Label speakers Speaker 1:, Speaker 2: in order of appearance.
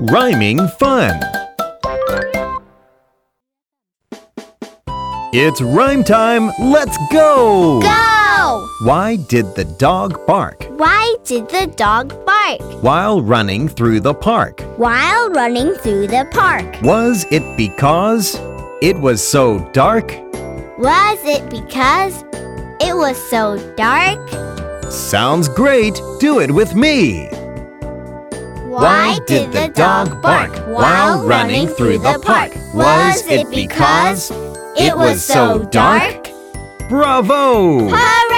Speaker 1: Rhyming fun. It's rhyme time. Let's go.
Speaker 2: Go!
Speaker 1: Why did the dog bark
Speaker 2: Why did the dog bark
Speaker 1: while running through the park?
Speaker 2: while running through the park?
Speaker 1: Was it because it was so dark?
Speaker 2: Was it because it was so dark?
Speaker 1: Sounds great. Do it with me. Why did the dog bark while running through the park? Was it because it was so dark? Bravo!
Speaker 2: Hooray!